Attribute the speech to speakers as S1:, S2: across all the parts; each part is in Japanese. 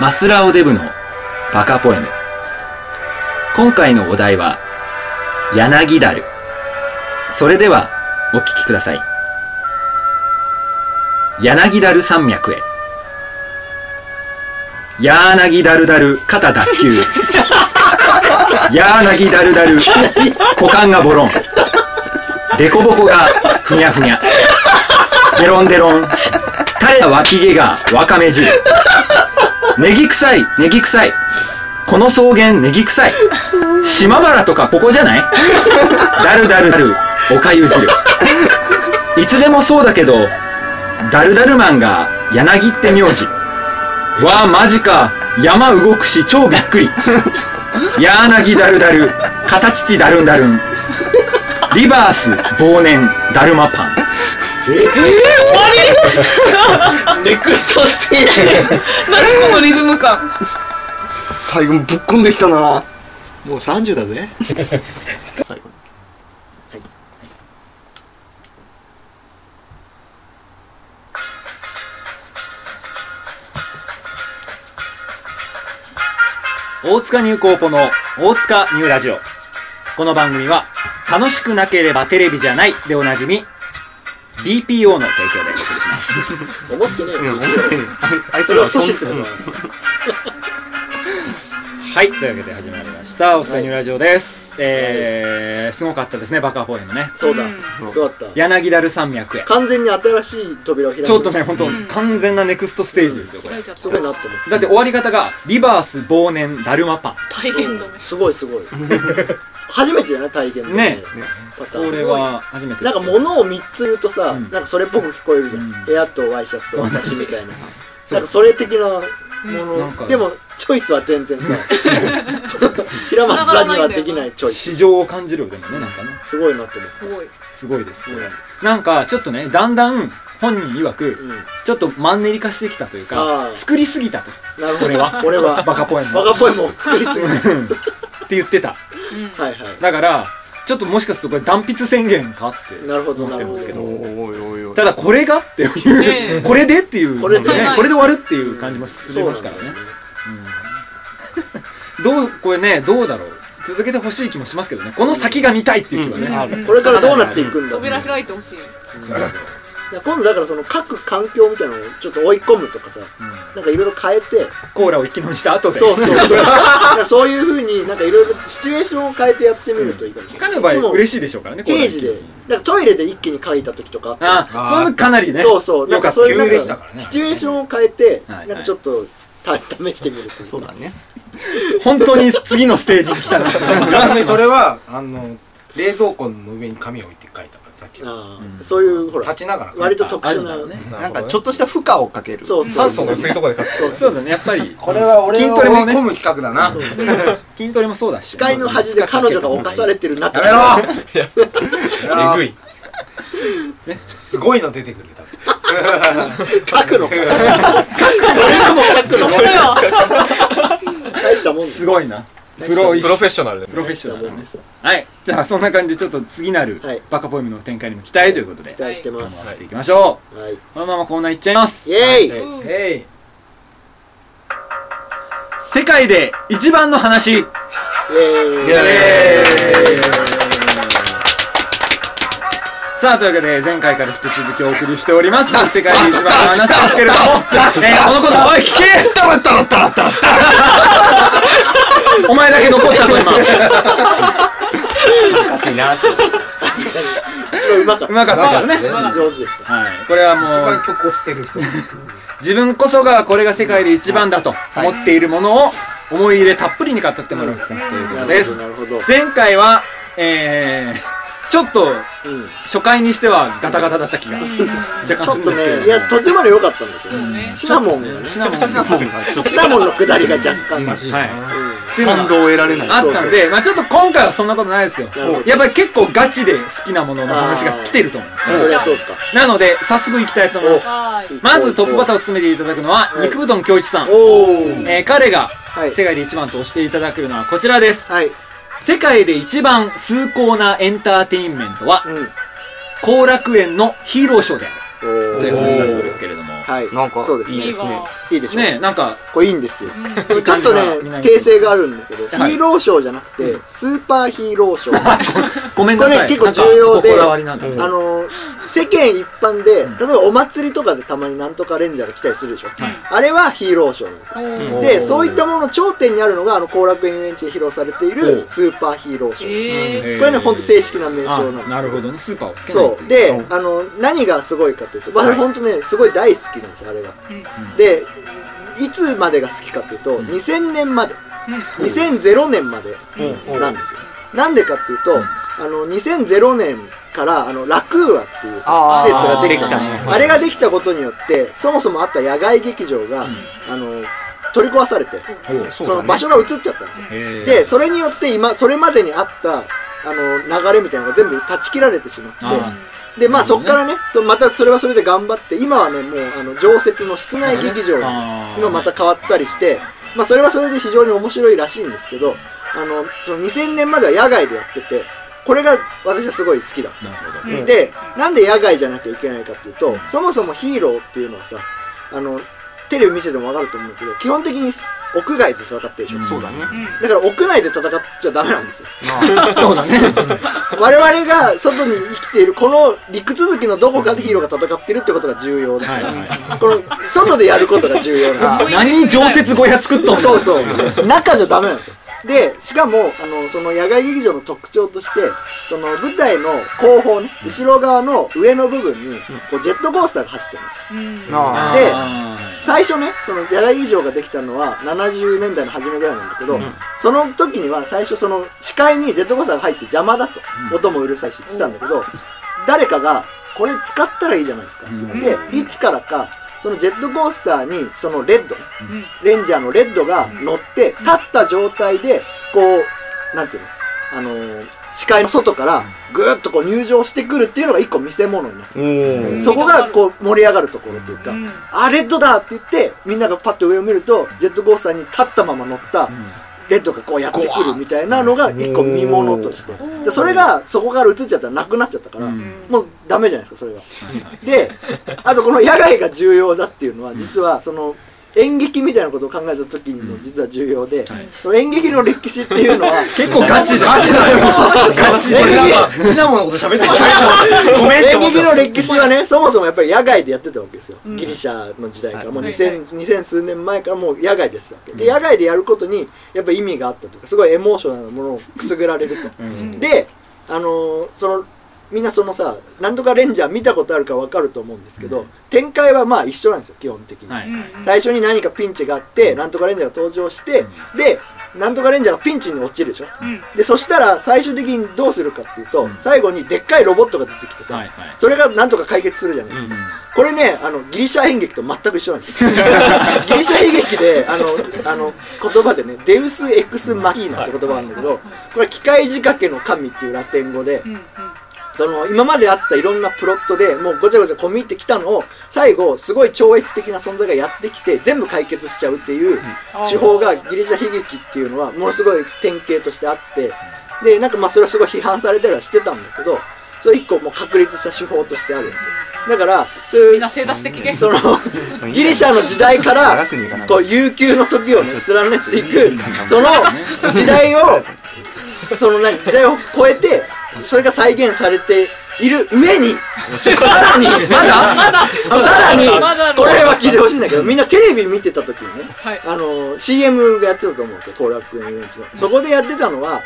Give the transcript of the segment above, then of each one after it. S1: マスラオデブのバカポエム今回のお題は柳だるそれではお聞きください柳だる山脈へ柳だるだる肩脱臼柳だるだる股間がボロンデコボコがふにゃふにゃデロンデロン垂れた脇毛がわかめ汁ネギ臭いネギ臭いこの草原ネギ臭い島原とかここじゃないだるだるだるおかゆ汁いつでもそうだけどだるだるマンが柳って名字わあマジか山動くし超びっくり柳だるだる片乳だるんだるんリバース忘年だるまパン
S2: ネクストステージ
S3: 何このリズム感
S4: 最後ぶっこんできたな
S2: もう30だぜ最後
S1: 大塚入高ポの大塚ニューラジオこの番組は楽しくなければテレビじゃないでおなじみ BPO の提供でお送りします
S5: 思ってね
S2: い
S5: え
S2: や
S5: よ
S2: 思ってねあいあいつ
S5: それ
S2: ら
S5: を阻止する
S2: うん
S5: の
S1: はいというわけで始まりました大塚ニューラジオです、えーすごかったですねバカポエムね
S5: そうだ
S4: ん
S5: そうだった
S1: 柳だる山脈へ
S5: 完全に新しい扉を開く
S1: ちょっとね本当、
S3: うん
S1: 完全なネクストステージですよこれ
S3: 開いちゃっ
S5: す
S3: た
S5: ごいなと思っ
S1: だって終わり方がリバース忘年だるまパン
S3: 大変だね
S5: てすごいすごい初めてじゃない体験で
S1: ね
S5: パタ
S1: こ
S5: ーン
S1: れは初めて
S5: なんか物を3つ言うとさ、
S1: ん
S5: なんかそれっぽく聞こえるじゃ
S1: う
S5: ん、
S1: ん
S5: 部屋とワイシャツと私みたいな
S1: そう
S5: なんかそれ的なも
S1: うん
S5: の、
S1: なんか
S5: でもチョイスは全 然さ平松さんにはできないチョイス
S1: 市場を感じるよでもねなんかね
S5: すごいなと思っ
S3: すごい
S1: すごいです、
S5: うん
S1: なんかちょっとねだんだん本人曰く、
S5: た、うん、
S1: ちょっとマンネリ化してきたというか
S5: あー
S1: 作りすぎたと
S5: なるほど
S1: 俺は
S5: 俺は
S1: バカポエム
S5: バカっぽいもん作りすぎる
S1: うんって言ってた
S3: う
S5: はいは
S1: だからちょっともしかするとこれ断筆宣言かって
S5: いなるほど
S1: 思って
S5: なる
S1: るんで
S5: ほ
S1: す
S5: ど
S1: け
S4: お
S1: ど
S4: おいおいおい
S1: ただこれがって
S3: んね
S1: いう
S3: え
S1: これでっていう
S5: これで
S1: ね
S3: はい
S1: これで終わるっていう感じもするますからね
S5: そうなんだよ
S1: うんどうこれねどうだろう続けてほしい気もしますけどねこの先が見たいっていう気はね、
S2: うんある
S3: うん
S5: これからどうなっていくんだろう
S3: 扉開いてほしい
S5: 今度だからその各環境みたいなのをちょっと追い込むとかさ、なんかいろいろ変えて
S1: コーラを一気飲みした後で
S5: そうそうそう なんかそういうふうになんかいろいろシチュエーションを変えてやってみるといいかもしれない
S1: 彼の場合
S5: も
S1: 嬉しいでしょうからね
S5: ページでなんかトイレで一気に書いた時とかあったよ
S1: ああそのかなりね
S5: そうそうな
S1: よ
S5: ん
S1: か
S5: か
S1: った
S5: そういうなん
S2: 急でしたからね
S5: シチュエーションを変えて、
S1: はいはい
S5: なんかちょっとた試してみるとい
S2: そうだね
S1: 本当に次のステージに来たなって感じ がします
S2: それはあの冷蔵庫の上に紙を置いて書いたからさっきの
S5: あー、そういうほら
S2: 立ちながら
S5: 割と特
S1: ある
S5: 殊
S1: んだ
S5: な
S1: ろうね
S4: なんかちょっとした負荷をかける
S5: そうそう
S2: 酸素が薄いところで書く
S1: そうだねやっぱり
S2: これは俺
S1: 筋
S2: を
S1: ト
S2: 追
S1: レ
S2: い
S1: もね
S2: 込む企画だな
S5: そうそう
S1: 筋トレもそうだし
S5: 視界の端で彼女が犯されてる中
S2: やめろ
S4: や
S2: えぐいすごいの出てくる多分
S5: 書くのか書くそれでも書くの
S3: それは
S5: 大したもんです
S1: すごいなプロ意
S6: プ
S1: 識
S6: ロフェッショナルで
S1: プロフェッショナルだねはいじゃあそんな感じでちょっと次なる
S5: はい
S1: バカポエムの展開にも期待ということで
S5: 期待してま
S1: 頑
S5: す、
S1: 張っていきましょう
S5: はい、イ
S1: このままコーナーいっちゃいます
S5: エーイ
S3: うん
S2: えい
S1: 世界で一番の話
S5: イエーイ
S2: イエ
S1: さあというわけで前回から引き続きお送りしております世界で一番の話ですけれどもえーこのことおい聞け
S2: タラッタラッタラッタラッタ
S1: お前だけ残ったぞ今
S2: おかしいな一
S5: 一番うまかっ
S1: うまかったからね
S5: た上手でした
S1: はいこれはもう
S2: 番曲を捨てる人
S1: 自分こそがこれが世界で一番だと思っているものを思い入れたっぷりに語ってもらう企画ということです
S5: なるほどなるほ
S1: 前回はえー、ちょっと
S5: ど、うん、ち
S1: 初回にしてはガタガタだった気が若干
S5: ょ
S1: す
S5: っ
S1: るん
S5: と
S1: ですけ
S5: ねい
S1: れ
S5: や途中まで良かったんだけど、
S3: ね
S5: シナモンがね
S1: どもシナモン
S2: なもんがちょっ
S5: シナモンの下りが若干、うん
S2: と
S1: はい
S2: い賛同を得られない
S1: あったんで、まあちょっと今回はそんなことないですよ
S5: なるほ。ど
S1: やっぱり結構ガチで好きなものの話が来てると思いますね。
S5: そりゃそうか
S1: なので、早速行きたいと思います。
S3: はーい
S1: まずトップバッターを務めていただくのは、
S5: はい
S1: 肉ぶどん京一さん。
S5: おお
S1: えー彼が
S5: はい
S1: 世界で一番と推していただくのはこちらです。
S5: はい、
S1: 世界で一番崇高なエンターテインメントは、
S5: うん
S1: 後楽園のヒーローショーである。
S5: おお
S1: という話だそうですけれども。
S5: はい
S2: なんか
S5: そうです
S2: いい
S5: ね
S3: い
S2: で
S3: い
S2: すね
S3: わ
S5: いいでしょ、
S1: ねえなんか
S5: これいいんですよ
S1: うん
S5: ちょっとね
S1: いい感じが
S5: 訂正があるんだけど、
S1: はい
S5: ヒーローショーじゃなくて、スーパーヒーローショー
S1: ごめんなさい
S5: これね結構重要
S1: なんかそここ
S5: で
S1: だわりなんだね
S5: あの世間一般で、例えばお祭りとかでたまになんとかレンジャーが来たりするでしょ、あれはヒーローショーなんですよ
S1: うん
S5: でそういったものの頂点にあるのがあの後楽園遊園地で披露されてい
S1: お
S5: る
S1: う
S5: スーパーヒーローショー、
S3: ええ
S5: これねほんと正式な名称なんです
S1: あなるほどねスーパーをつけない
S5: そうで、あの何がすごいかというと、まあ、
S1: はい
S5: 本当ねすごい大好きなんですよあれが、
S1: ん
S5: でいつまでが好きかというと、2000年まで、2000年までなんですよ、なんでかっていうと、あの2000年からあのラクーアっていうさ
S4: あー
S5: 施設ができ
S4: でき
S5: た
S4: たね
S5: あれができたことによってそもそもあった野外劇場が、あの取り壊されて、
S1: で
S5: その場所が移っちゃったんですよ、でそれによって今それまでにあったあの流れみたいなのが全部断ち切られてしまってでま
S1: な
S5: あ
S1: る
S5: そ
S1: ほど
S5: っ
S1: ね
S5: からねそまたそれはそれで頑張って今はねもうあの常設の室内劇場に
S1: あー
S5: 今また変わったりして、まあ、それはそれで非常に面白いらしいんですけどあのその2000年までは野外でやっててこれが私はすごい好きだ、
S1: なるほど
S5: ん、でなんで野外じゃなきゃいけないかっていうとそもそもヒーローっていうのはさあのテレビ見てても分かると思うけど基本的に屋外で戦ってるでしょ、
S4: そうだね。
S5: だから屋内で戦っちゃダメな んですよ
S1: そうだね
S5: 我々が外に生きているこの陸続きのどこかでヒーローが戦ってるってことが重要で、
S1: はいは
S5: この外でやることが重要な
S1: い何常設小屋作っとんの
S5: そうそう中じゃダメなんですよでしかもあのその野外劇場の特徴としてその舞台の後方ね後ろ側の上の部分にこうジェットコースターが走ってるの
S3: うん
S4: なあ。
S5: で
S1: あ
S5: 最初ねその野外劇場ができたのは70年代の初めぐらいなんだけど、その時には最初その視界にジェットコースターが入って邪魔だと、音もうるさいしって言ってたんだけど、誰かがこれ使ったらいいじゃないですか、
S1: ん
S5: でいつからかそのジェットコースターにそのレッド、レンジャーのレッドが乗って立った状態でこうなんていうのあのー視界の外からぐーっとこう入場してくるっていうのが一個見せ物になってた
S4: うん。
S5: そこがこう盛り上がるところというか、
S3: うん
S5: あ、レッドだって言って、みんながパッと上を見ると、ジェットコースターに立ったまま乗った、レッドがこうやってくるみたいなのが一個見物として。でそれが、そこから映っちゃったらなくなっちゃったから、もうダメじゃないですか、それが。で、あとこの野外が重要だっていうのは、実はその、演劇みたいなことを考えた時にも実は重要で、その演劇の歴史っていうのは、
S1: 結構ガチだガチだガチ
S5: 俺
S1: だ
S5: なん
S4: か、シナモンのこと喋って る。ごめんって
S5: 演
S4: 思
S5: 劇
S4: っ
S5: の歴史はねそもそもやっぱり野外でやってたわけですよ、ギリシャの時代からもう
S3: はい
S5: 2000, 2000数年前からもう野外ですわけで野外でやることにやっぱ意味があったというかすごいエモーショナルなものをくすぐられると、であのーそのみんなそのさ「なんとかレンジャー」見たことあるから分かると思うんですけど、展開はまあ一緒なんですよ基本的に、
S1: はい
S5: 最初に何かピンチがあって、なんとかレンジャーが登場して、で、なんとかレンジャーがピンチに落ちるでしょ、
S3: ん
S5: で、そしたら最終的にどうするかっていうと、最後にでっかいロボットが出てきてさ、
S1: はいはい
S5: それがなんとか解決するじゃないですか。これね、あの、ギリシャ演劇と全く一緒なんですよ。ギリシャ演劇で、あの、あの、言葉でね、デウス・エクス・マヒーナって言葉があるんだけど、これ機械仕掛けの神っていうラテン語で、その今まであったいろんなプロットでもうごちゃごちゃ込み入ってきたのを最後すごい超越的な存在がやってきて全部解決しちゃうっていう手法がギリシャ悲劇っていうのはものすごい典型としてあってでなんかまあそれはすごい批判されたりはしてたんだけどそれ一個もう確立した手法としてあるわけだからそう
S3: み
S5: い
S3: ん
S5: う
S3: な正出して聞け
S5: そのギリシャの時代から
S4: 長くねえかな
S5: こう悠久の時をね貫いていくその時代をその何時代を超えてそれが再現されている上にさらにまだ
S3: まだ
S5: さらに
S3: まだ
S5: これは聞いてほしいんだけどみんなテレビ見てた時にね
S3: はい
S5: あの CM がやってたと思うけど後楽園遊園地のそこでやってたのは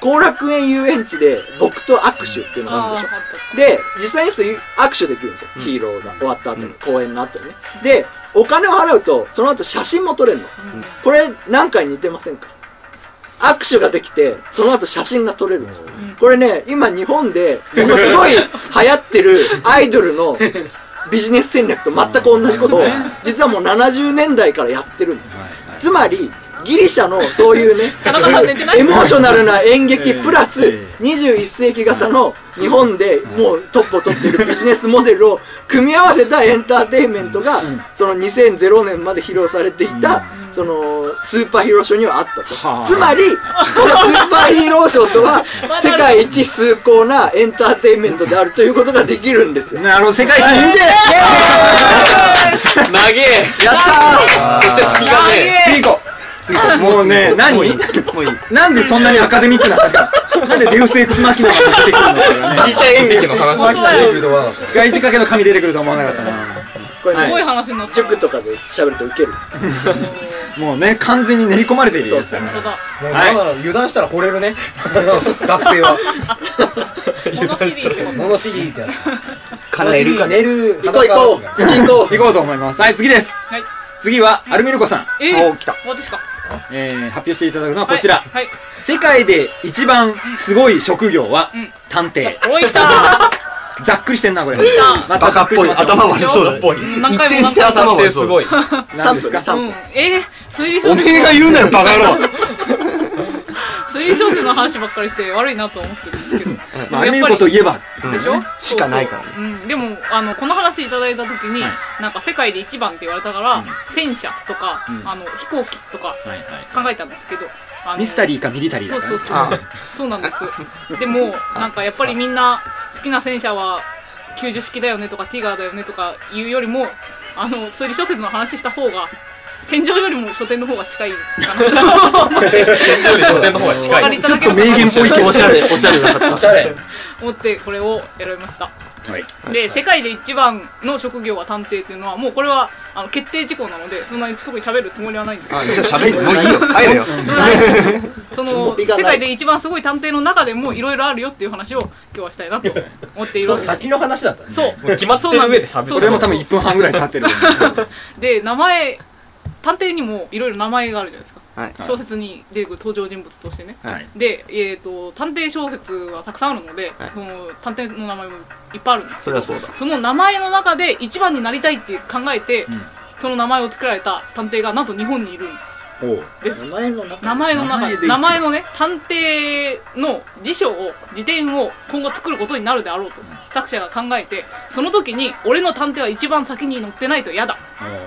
S5: 後楽園遊園地で僕と握手っていうのがあるんでしょで、実際に行くと握手できるんですよ。ヒーローが終わった後に、公演の後にね。で、お金を払うと、その後写真も撮れるの。これ、何回似てませんか握手ができて、その後写真が撮れるんですよ。これね、今日本で、ものすごい流行ってるアイドルのビジネス戦略と全く同じことを、実はもう70年代からやってるんですよ。つまり、ギリシャのそういうね
S3: 田中さん寝てない
S5: エモーショナルな演劇プラス
S1: ええ
S5: 21世紀型の日本でもうトップを取っているビジネスモデルを組み合わせたエンターテインメントがその2000年まで披露されていたそのスーパーヒーローショーにはあった
S1: はあ
S5: とつまりこのスーパーヒーローショーとは世界一崇高なエンターテインメントであるということができるんですよ。
S1: なるほど、世界一。
S5: で
S4: 投げ
S5: やった
S4: そして次がね
S1: 次行こう。次行こう。もうね、何
S4: もういい
S1: なんでそんなにアカデミックなのなんでデウスエクスマキナが出てくるのかがね。
S4: ギリシャ演劇の話
S2: マキタレビューで終わらなかっ
S1: 外仕掛けの紙出てくると思わなかったな。
S5: ーこれ
S3: すご
S5: ね
S3: い話になった。
S5: 塾とかで喋るとウケるんですよ
S1: もうね、完全に練り込まれているよ。
S5: そう
S3: 本当だ。
S2: たもうなんなら油断したら惚れるね 学生は
S3: 物知りってこ
S2: 物知りってや
S4: 叶えるか
S2: つ
S4: ね
S2: 寝る
S5: 行こう行こう次行こ
S1: 行こうと思います。はい、次です。
S3: はい
S1: 次は、アルミルコさん。
S3: と。え
S4: お来た
S3: 私か。
S1: えー、発表していただくのはこちら。
S3: はい。はい
S1: 世界で一番すごい職業は
S3: うん、
S1: 探偵。
S3: おい来た。
S1: ざっくりしてんな、これ。
S3: た
S1: またざ
S6: バカっ
S1: くり
S6: ぽ
S1: し
S6: い
S1: ますよ
S6: 頭悪そうだ
S4: っぽい
S6: 一
S3: 何回も
S6: 転して
S3: 何回も
S6: 頭
S4: 探偵
S6: 悪
S4: す
S6: そう
S4: ごい
S5: 3
S1: 何ですか
S5: 分ね
S3: う
S5: 3
S3: ん
S5: 分。
S3: えー、推理小
S6: お
S3: 説
S6: めえが言うなよバカ野郎
S3: 推理小説の話ばっかりして悪いなと思ってるんですけど。
S1: まあ、アルミルコといえば、
S3: でしょ
S6: しかないからね
S3: そうそううん、でもあのこの話いただいた時に、
S1: は
S3: なんか世界で一番って言われたから、戦車とか、あの飛行機とか考えたんですけど、あの
S1: ミステリーかミリタリー
S3: そ
S1: だ
S3: う
S1: か
S3: そう
S1: ら。
S3: そうそうなんですでもなんかやっぱりみんな好きな戦車は90式だよねとかティガーだよねとか言うよりもあの推理小説の話した方が戦場よりも書店の方が近いか な と
S4: 書店の方
S3: お分
S4: が
S3: か
S4: 近
S3: り
S4: い
S3: い
S6: ち
S3: ただ
S6: ょっ
S3: ければ
S6: と
S3: な
S6: 名言っぽいけどおしゃれおしゃれなか
S2: お
S6: っ
S2: しゃれ
S3: 思ってこれを選びました
S1: はい。
S3: で世界で一番の職業は探偵っていうのはもうこれはあの決定事項なのでそんなに特に喋るつもりはないんですけど
S6: たじゃあ喋りもういいよ帰れよ
S3: そ
S5: つも
S3: の
S5: りがない
S3: 世界で一番すごい探偵の中でもいろいろあるよっていう話を今日はしたいなと思ってい
S2: そう
S3: ます
S2: 先の話だったね
S3: そう
S4: もう決まってる上で
S3: そうなんです
S1: これも多分1分半ぐらい経ってる。
S3: で名前探偵にもいろいろ名前があるじゃないですか
S6: はい
S3: 小説に出てくる登場人物としてね
S1: はい。
S3: で、えー、と探偵小説はたくさんあるので、その探偵の名前もいっぱいあるんです
S6: そりゃそうだ
S3: その名前の中で一番になりたいって考えて、
S1: ん
S3: その名前を作られた探偵がなんと日本にいるんです
S1: おう。
S5: 名前の中
S3: 名前の
S1: 名
S3: 中
S1: 前で
S3: で
S1: 一番
S3: 名前のね探偵の辞書を辞典を今後作ることになるであろうと作者が考えてその時に俺の探偵は一番先に載ってないと嫌だ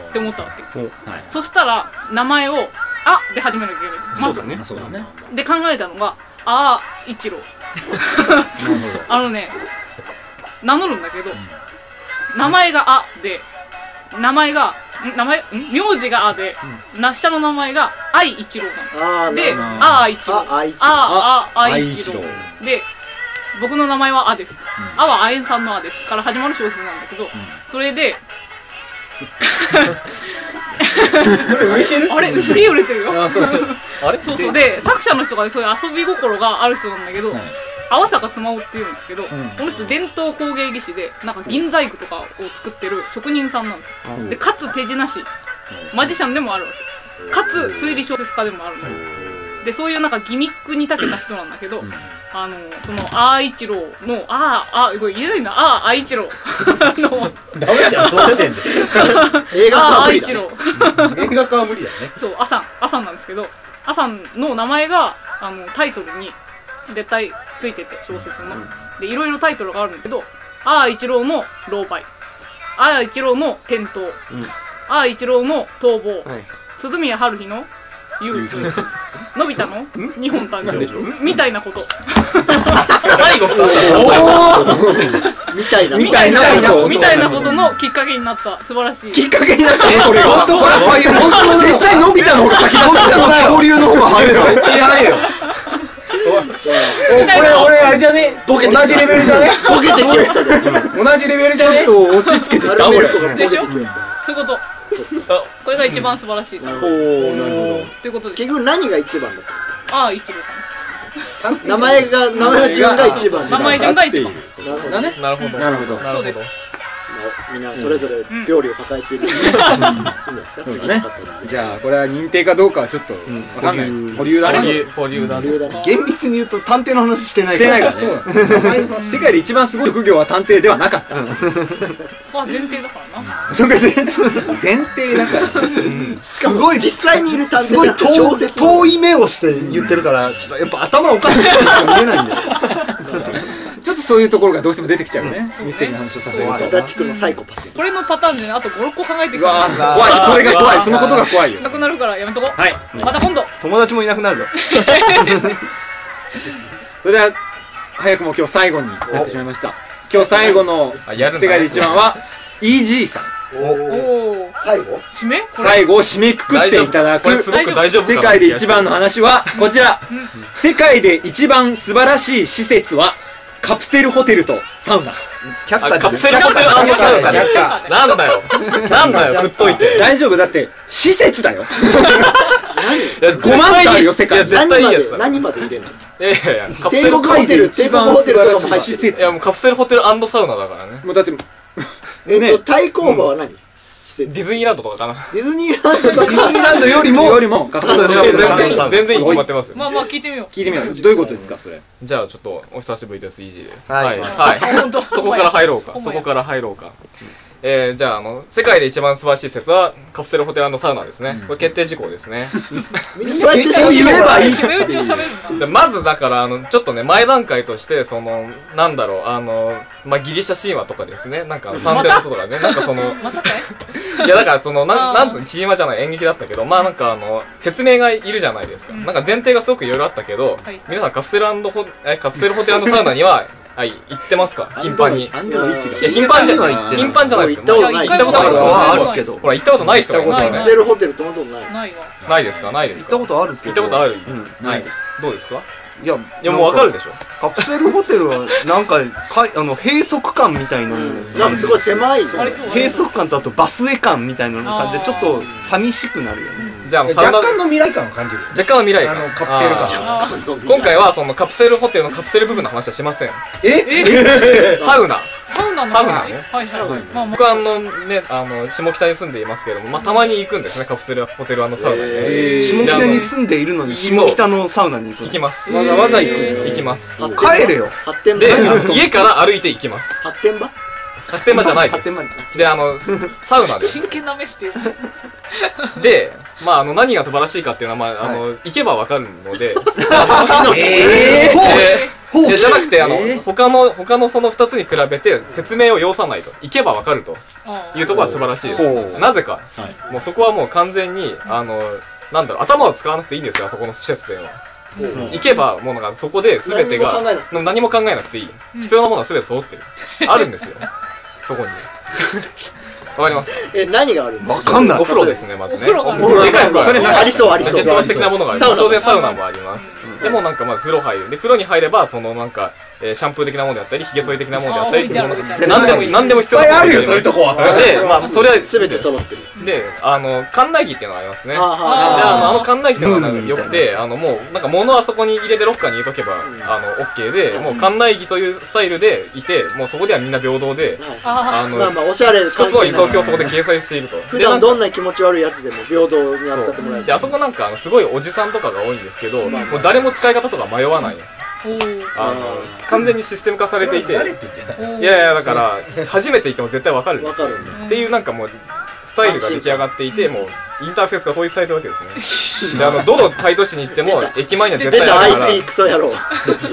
S3: って思ったわけ
S1: おうはい。
S3: そしたら名前を「あ」で始めなきゃいけない
S6: そう
S3: ず
S6: だね
S1: そうだね。
S3: で考えたのが「あー一郎」あのね名乗るんだけど、名前が「あ」で名前がん名前ん名字が「あ」で、な下の名前が「あい一郎」な
S5: あ
S3: の。
S5: ーな
S3: で
S5: る、ほど
S3: あー一郎。
S5: ああ一郎
S3: あーあ
S1: あ
S3: ー一郎
S1: あい。
S3: で、僕の名前はあです。あはあえんさんのあです。から始まる小説なんだけど、それで、
S2: それ売れてる
S3: あれ、すげえ売れてるよ。
S2: あそう
S4: あれ
S3: そうそう。で、作者の人がねそういう遊び心がある人なんだけど、泡坂つまおっていうんですけど、この人伝統工芸技師で、なんか銀細工とかを作ってる職人さんなんですよ。で、かつ手品師。マジシャンでもあるわけ。かつ推理小説家でもあるのよで、そういうなんかギミックに長けた人なんだけど、あの、その、あー一郎の、あー、あー、これ言えないな、あー、あー一郎の、
S2: ダメじゃんその時点で
S5: 映画は
S3: あー、あ
S5: 無
S3: ー
S5: 理
S3: 一
S5: だね
S3: 郎。
S2: 映画化は無理だね
S3: そう、アサン、アサンなんですけど、アサンの名前が、あの、タイトルに絶対ついてて、小説の。で、いろいろタイトルがあるんだけど、あー一郎の狼狽、あー一郎の転倒、あー一郎の逃亡、
S6: はい
S3: 鈴宮春日の憂鬱、のび太の日本誕生、みたいなこと。
S4: 最後2つ
S5: みたいな
S1: みたいなこと
S3: みたいなことのきっかけになった、素晴らしい。
S1: きっかけになったね、それが。
S6: 当だこういう本当絶対伸びたの方が先だ伸びたの恐竜の方が早いだろ
S4: やないよ
S3: みたいな
S4: 俺あれじゃね
S5: ボケてきた
S4: 同じレベルじゃね
S5: ボケてきましたね
S4: 同じレベルじゃね
S1: ちょっと落ち着けてきた。
S5: アルミル
S1: 俺
S5: コがボケて
S3: でしょ
S5: きまし
S3: そういうこと。これが一番素晴らしい。
S5: た
S3: と
S1: おーなるほど。
S3: いうことです
S5: 結。局何が一番だったんですか
S3: ああ、一郎かな。
S5: 名前が名前の順が一番
S3: 名前順が一番
S1: だっていう
S5: なるほど
S4: なるほ
S1: なるほど。
S4: どなるほど
S5: あみんなそれぞれ料理を抱えている、いいんじゃないですか、次
S1: そう
S5: の
S1: だね
S5: 方に
S2: じゃあこれは認定かどうかはちょっとわかんないです保留だ
S4: 保
S2: ね
S4: 留保留だね
S5: 理由だね
S6: 厳密に言うと探偵の話してない
S1: し
S6: か
S1: て
S6: ら
S1: ないからね世界で一番すごい職業は探偵ではなかった
S3: ここは前提だからな。
S6: そうか全然
S1: 前提だから
S6: す ごい
S5: 実際にいる探
S6: すごい
S5: 偵
S6: 遠い
S5: い
S6: 遠い目をして言ってるからちょっとやっぱ頭おかしいってしか見えないんだよ
S1: ちょっとそういうところがどうしても出てきちゃうねミステリーの話をさせると
S5: 足立区のサイコパス
S3: これのパターンでねあと5、6個考えてき
S1: うわ
S3: た
S1: ー怖いそれが怖いそのことが怖いよ
S3: なくなるからやめとこう。
S1: はい
S3: また今度。
S6: 友達もいなくなるぞ
S1: それでは早くも今日最後になってしまいました今日最後の
S4: あやるんだ
S1: 世界で一番は EG さん
S3: おお。
S5: 最後
S3: 締めこれ。
S1: 最後を締めくくっていただ
S4: こ
S1: く
S4: れすごく大丈夫か
S1: 世
S4: な
S1: 界で一番の話はこちら世界で一番素晴らしい施設はカプセルホテルとサウナ
S6: キャッ
S4: あ
S6: サー
S4: カプセルホテルあんまサウナねなんだよなんだよ振っといて
S1: 大丈夫だって施設だよ
S4: 5
S1: 万台よ世界
S4: いや絶
S5: 何
S4: 対いい
S5: ま
S4: やつ
S5: で
S4: だ
S5: 何まで入れない
S4: いやいやいやカプセ
S5: 帝
S4: ル
S5: 国ホテル帝
S1: 一
S5: 国
S1: 番
S5: ホテ
S1: 素
S5: ル
S1: 晴
S5: と
S1: ら
S5: かも入
S1: しい
S5: って
S1: 施
S5: る
S1: 設
S4: いやもうカプセルホテルサウナだからね
S1: もうだって
S5: えっ
S1: ね
S5: と、対抗馬は何、施
S4: デ
S5: 設
S4: ィズニーランドとかかな
S5: ディズニーラン ドとか
S1: ンランドよりもよりもカプセルホテル
S4: 全
S1: とサウナ
S4: 然全然いい決まってますよ
S3: まあまあ聞いてみよう。
S1: 聞いてみようどういうことですかそれ
S4: じゃあちょっとお久しぶりですイージーです
S6: はい
S4: はい
S3: 本当
S4: そこから入ろう
S3: ほ
S4: か
S3: ん
S4: そ
S3: まや
S4: こから入ろうかえー、じゃああの世界で一番素晴らしい施設はカプセルホテルサウナですね、これ決定事項ですね
S5: みんなそうやって喋る
S1: 言えばいい
S3: 決め打ちを喋るんだ。
S4: でまずだからあのちょっとね前段階としてそのなんだろうあの、まあ、ギリシャ神話とかですねなんか探偵のこととかねなんかその
S3: またかい
S4: いやだからそのな
S3: あー
S4: んなんと神話じゃない演劇だったけどまあなんかあの説明がいるじゃないですか、なんか前提がすごくいろいろあったけど、
S3: はい
S4: 皆さんカプセルホえカプセルホテルサウナにははい行ってますか頻繁にい
S1: アン
S5: ドの位置が
S4: や頻繁じゃ
S6: 頻繁には行ってない
S4: 頻繁じゃないです
S5: もう行ったこと
S3: ない
S4: 行ったことあ
S6: だ
S4: る
S6: から
S4: と
S6: はあ
S4: 思う
S6: るけど行
S4: ほら行ったことない人がいる
S5: カ
S4: か
S3: 行
S4: ら
S3: っ
S5: プ
S3: たこと
S4: ね
S5: セルホテルってことない
S3: ないわ。
S4: ないですかないです
S6: った
S4: か
S6: ことあるけ
S4: 行っ
S6: ど
S4: たことある
S6: うん
S1: ないです
S4: どうですか
S6: いや
S4: いやもうわかる
S6: で
S4: でしょ
S6: カプセルホテルはなんかかいあの閉塞感みたいなの
S5: なんかすごい狭いじゃん
S3: ありそう。
S6: 閉塞感とあとバスエ感みたいなの感じでちょっと寂しくなるよね
S4: じゃああのサウナ
S2: 若干の未来感を感じる
S4: 若干の未来が
S2: あのカプセル感
S4: あ
S3: あ
S4: ー今回はそのカプセルホテルのカプセル部分の話はしませんえ サウナ
S3: ーサウナの
S4: サウナ
S3: 話。
S4: ね
S3: はいはい。まあまあ。
S4: 僕はあのねあの下北に住んでいますけれども、まあ、たまに行くんですねカプセルホテルあのサウナに、
S6: 下北に住んでいるのに下北のサウナに行く
S4: 行
S6: の
S4: きます
S1: わざわざ行く
S4: 行きます
S5: 発展場
S6: 帰れよ
S5: 発展場
S4: であの家から歩いて行きます
S5: 発展場
S4: 発展場じゃないで
S6: 発展
S4: す
S6: 場に
S4: であのすサウナです
S3: 真剣な目してよ。
S4: でまああの何が素晴らしいかっていうのは、まあ、あの、行けばわかるので
S1: え
S4: でいやじゃなくてあの、他の他のその2つに比べて説明を要さないと行けばわかると
S3: あ
S4: いうところは素晴らしいで
S1: ほ
S4: す
S1: う
S4: なぜか、もうそこはもう完全にあのなんだろう頭を使わなくていいんですよあそこの施設では行けばもうなんかそこで全て
S5: 何
S4: が
S5: も考えなく
S4: もう何も考えなくていい、必要なものは全て揃ってるあるんですよそこにわかります
S5: え何があるの
S6: わかんない
S4: お風呂ですねまずね
S3: お風呂がある
S4: でかい風呂
S5: それなんかありそうあり
S4: ジ
S5: そう
S4: ェットバス的なものがあり
S5: サウ
S4: ます
S5: ナ
S4: 当然サウナもあります、でもなんかまあ風呂入るで風呂に入ればそのなんか、えーシャンプー的なものであったりひげ剃り的なものであったり
S3: あー置いてある
S4: 何でもいい何でも必要なものがります
S1: こは
S4: でまあそれは
S5: 全て揃ってる
S4: であの館内着っていうのがありますね
S5: ああ
S4: で
S5: は
S4: あ
S3: あー
S4: のあの館内着っていうのが
S6: ブームみ
S4: よ
S6: たい
S4: く
S6: なや
S4: てあのもうなんか物はそこに入れてロッカーに入れとけば、あの OK で、もう館内着というスタイルでいてもうそこではみんな平等で、
S5: いは
S3: あ
S4: あ
S5: い
S4: の、
S5: まあまあおしゃれ
S4: 一つの理想郷をそこ
S5: で
S4: で掲載していると
S5: 普
S4: でな
S5: 段
S4: んか
S5: どんな気持ち悪いやつでも平等に扱ってもらえ
S4: で
S5: る
S4: あそこなんかあのすごいおじさんとかが多いんですけど、
S5: まあまあ
S4: もう誰も使い方とか迷わないです
S3: あ。おー
S4: あの完全にシステム化されていていや
S2: て
S4: い
S2: んじゃ
S3: おー。
S4: や だから初めて行っても絶対わかるんで
S5: わ
S4: す
S5: か
S4: よ
S5: るんだ
S4: っていうなんかもうスタイルが出来上がっていてもうインターフェースが統一されてるわけです ねであのどの大都市に行っても駅前には絶
S5: 出
S4: 対
S5: た
S4: あるから
S5: IT クソ野郎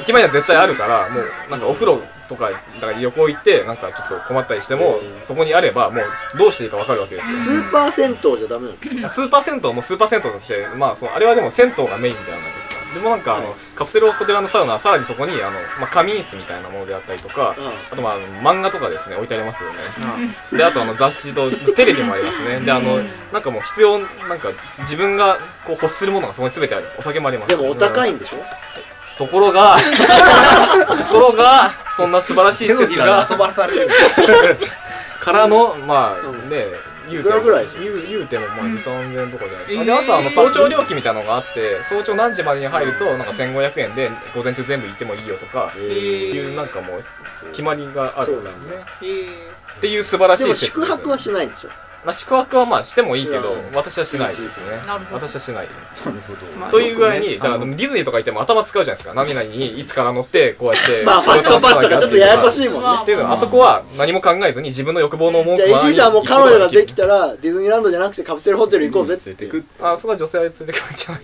S4: 駅前には絶対あるからもうなんかお風呂とかなんか旅行行ってなんかちょっと困ったりしてもそこにあればもうどうしていいかわかるわけですよ
S5: スーパー銭湯じゃダメなの
S4: スーパー銭湯もスーパー銭湯として、まあ、そうあれはでも銭湯がメインではないですか。でもなんかあの、カプセルホテルのサウナはさらにそこにあの、まあ、仮眠室みたいなものであったりとか、
S5: う
S4: あとまああの漫画とかですね置いてありますよね。であとあの雑誌とテレビもありますね。であのなんかもう必要なんか自分がこう欲するものがそこに全てある。お酒もあります。
S5: でもお高い
S4: うん
S5: んでしょ
S4: ところが ところがそんな素晴らしい施設が
S2: 遊ばされてる
S4: からのまあね言うて
S5: いくら
S4: も
S5: ぐらいでしょ
S4: 言う言うてもまあ2 3 0 0円とかじゃないですか、
S3: えー
S4: で朝あの早朝料金みたいなのがあって早朝何時までに入るとなんか1500円で午前中全部行ってもいいよとかいうなんかもう決まりがあるんですね
S3: えー
S4: っていう素晴らし
S5: で
S4: い
S5: も
S4: 説です
S5: 宿
S4: ね
S5: 泊はしないんでしょ
S4: まあ、宿泊はまあしてもいいけど
S5: いや
S4: 私はしないですね
S3: なるほど
S4: 私はしないです
S6: まあ
S4: という具合に、
S6: よく
S4: だから
S6: ね
S4: ディズニーとか行っても頭使うじゃないですか何々にいつから乗ってこうやって
S5: まあファストパスとかちょっとややこしいもん
S3: まあ
S5: ね
S4: っていうのはあそこは何も考えずに自分の欲望の思う
S5: じゃあエギーさんも彼女ができたらディズニーランドじゃなくてカプセルホテル行こうぜっつって
S4: あそこは女性あれついてくるんじゃない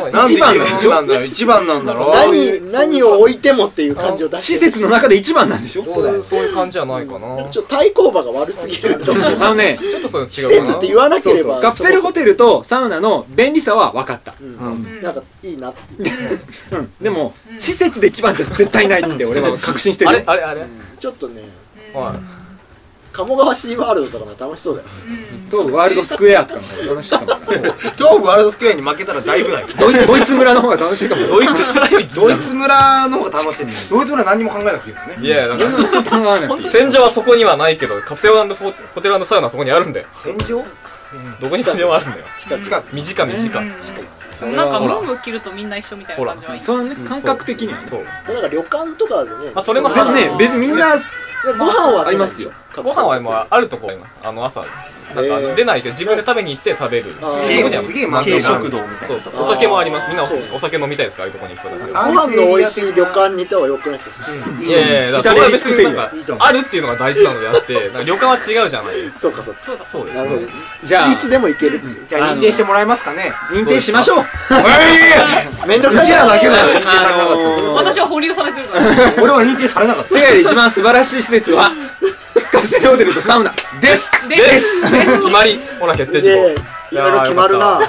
S6: あれ
S4: まあ
S6: なんで一番なんだよ一番なんだろ
S5: 何何を置いてもっていう感じを出して
S1: 施設の中で一番なんでしょ
S6: そうだよ
S4: そういう感じじゃないかな
S5: なんか
S4: ち
S5: ち
S4: ょ
S5: ょっと対抗馬が悪すぎると思う
S1: あのね、
S4: っとそれ違うかな
S5: 施設って言わなけ
S1: そう
S5: れ
S1: そ
S5: ば
S1: うカプセルホテルとサウナの便利さは分かった、
S5: うん
S6: うん
S5: なんかいいなって
S1: うん、でも、
S3: うん
S1: 施設で一番じゃ絶対ないんで俺は確信して
S4: あ
S1: る
S4: れ
S1: よ
S4: あれあれ、
S5: ちょっとね
S4: はい
S5: 鴨川シーワールドとかも楽しそうだよ
S1: とワールドスクエアとかの方が楽しいかもな
S6: 東部ワールドスクエアに負けたらだいぶだよ
S1: ドイドイツ村の方が楽しいかも
S4: ドイツからい
S6: ドイツ村の方が楽しい
S2: ドイツ村何も考えなくていいのね
S4: いやいやだか
S1: 頼まない
S4: ら戦場はそこにはないけどカプセルホテルサウナはそこにあるんだよ
S6: 戦場
S4: どこにでもあるんだよ
S5: 近く
S6: 近く
S4: 短短、
S3: うんなんかムーム着るとみんな一緒みたいな感じはいい
S1: そのね感覚的にはね
S4: そう
S5: なんか旅館とかでね
S4: まあそれも
S1: 全然
S3: あ
S1: ね
S3: ー
S1: 別にみんな
S5: ご飯は出ない
S1: ありますよ
S5: カプ
S4: ご
S5: セル
S4: 飯
S5: ホ
S4: は
S5: テル
S4: まああるとこありますあの朝なん
S5: え
S4: か
S5: ー
S4: 出ないけど自分で食べに行って食べるそ
S5: あ
S4: こ
S5: ー
S4: には
S6: すげえ満
S4: 軽
S6: 足
S4: 食
S6: 食
S4: 堂
S6: 堂みたい
S4: そ
S6: な
S4: うそうお酒もありますみんな
S5: そう
S4: お酒飲みたいですからああいうとこに行く人たち
S6: あ
S4: は
S5: ご飯の美味しい旅館に行った方がよくないですか
S4: いやいやいやだからそれは別になん
S6: いいと
S4: か
S6: 思う
S4: あるっていうのが大事なのであってなんか旅館は違うじゃないですか
S5: そうかそうか
S3: そうだ
S4: そうです
S5: なるほど
S4: ね
S1: じゃあ
S5: いつでも行ける
S6: じゃあ認定してもらえますかね
S1: 認定しましょう
S5: めんどくさ
S6: う
S5: い
S6: ちらだけだよ認定されなかっ
S1: あのー
S3: 私は保留されてるから
S6: た俺は認定されなかっ
S1: 世界で一番素晴らしい施設はカプセルホテルとサウナ
S6: たです
S4: です決まりほら決定
S5: い
S4: 事項
S5: やいろいろ決まるな
S4: あ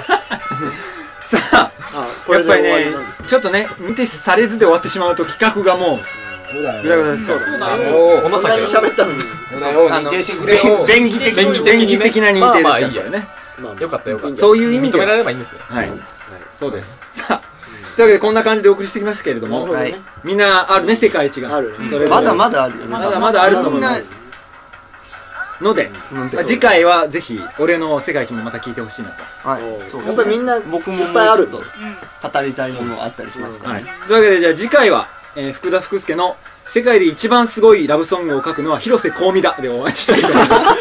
S1: さあ
S5: あこ
S1: や
S5: れ
S1: っ
S5: で
S1: ぱり
S5: 終わ
S1: ね
S5: りなんです
S1: ちょっとね認定されずで終わってしまうと企画がもう
S6: そうだ
S1: グダグダ
S6: よ
S1: ですよ
S3: そう
S5: あ
S3: だ
S5: の
S3: よ
S6: お
S4: 小野
S5: こんな
S4: 坂
S5: に
S4: が
S5: 喋ったのに
S6: 認定してくれよ便宜的
S3: 便宜的
S6: に
S1: 電気的な認定です
S4: まあま
S1: から
S4: あいい
S1: こ
S4: や
S1: れね
S5: まあまあ
S4: よかったよかった
S1: そういう意味
S4: 認
S1: で
S4: められ
S1: は
S4: ればいいんですよ
S1: はいそうです さあというわけでこんな感じでお送りしてきましたけれど
S5: なるほ
S1: も
S5: ど
S6: は
S5: ね
S6: い
S1: みんなあるね世界一が
S5: ある
S1: それぞ
S6: ま
S1: れ
S6: だまだあるよね
S1: まだまだあると思いますので
S6: なんて
S1: まあ次回はぜひ俺の世界一もまた聞いてほしいなと
S6: はいそうで
S5: やっ
S6: す
S5: ぱ
S6: ね
S5: りみんな
S6: 僕も
S5: いっぱいあると
S6: 語りたいものあったりしますか
S1: はい
S6: ら
S1: というわけでじゃあ次回はえー福田福助の世界で一番すごいラブソングを書くのは広瀬香美だでお会いしたいと思いま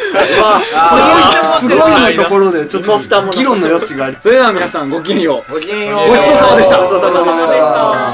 S1: す
S6: すごいのところでちょっ
S5: 身も蓋もな
S6: と
S5: さそう
S6: 議論の余地があり
S1: それでは皆さんごきげんよう
S6: ごきげん
S4: ようごちそうさまでした
S5: ごちそうさまでした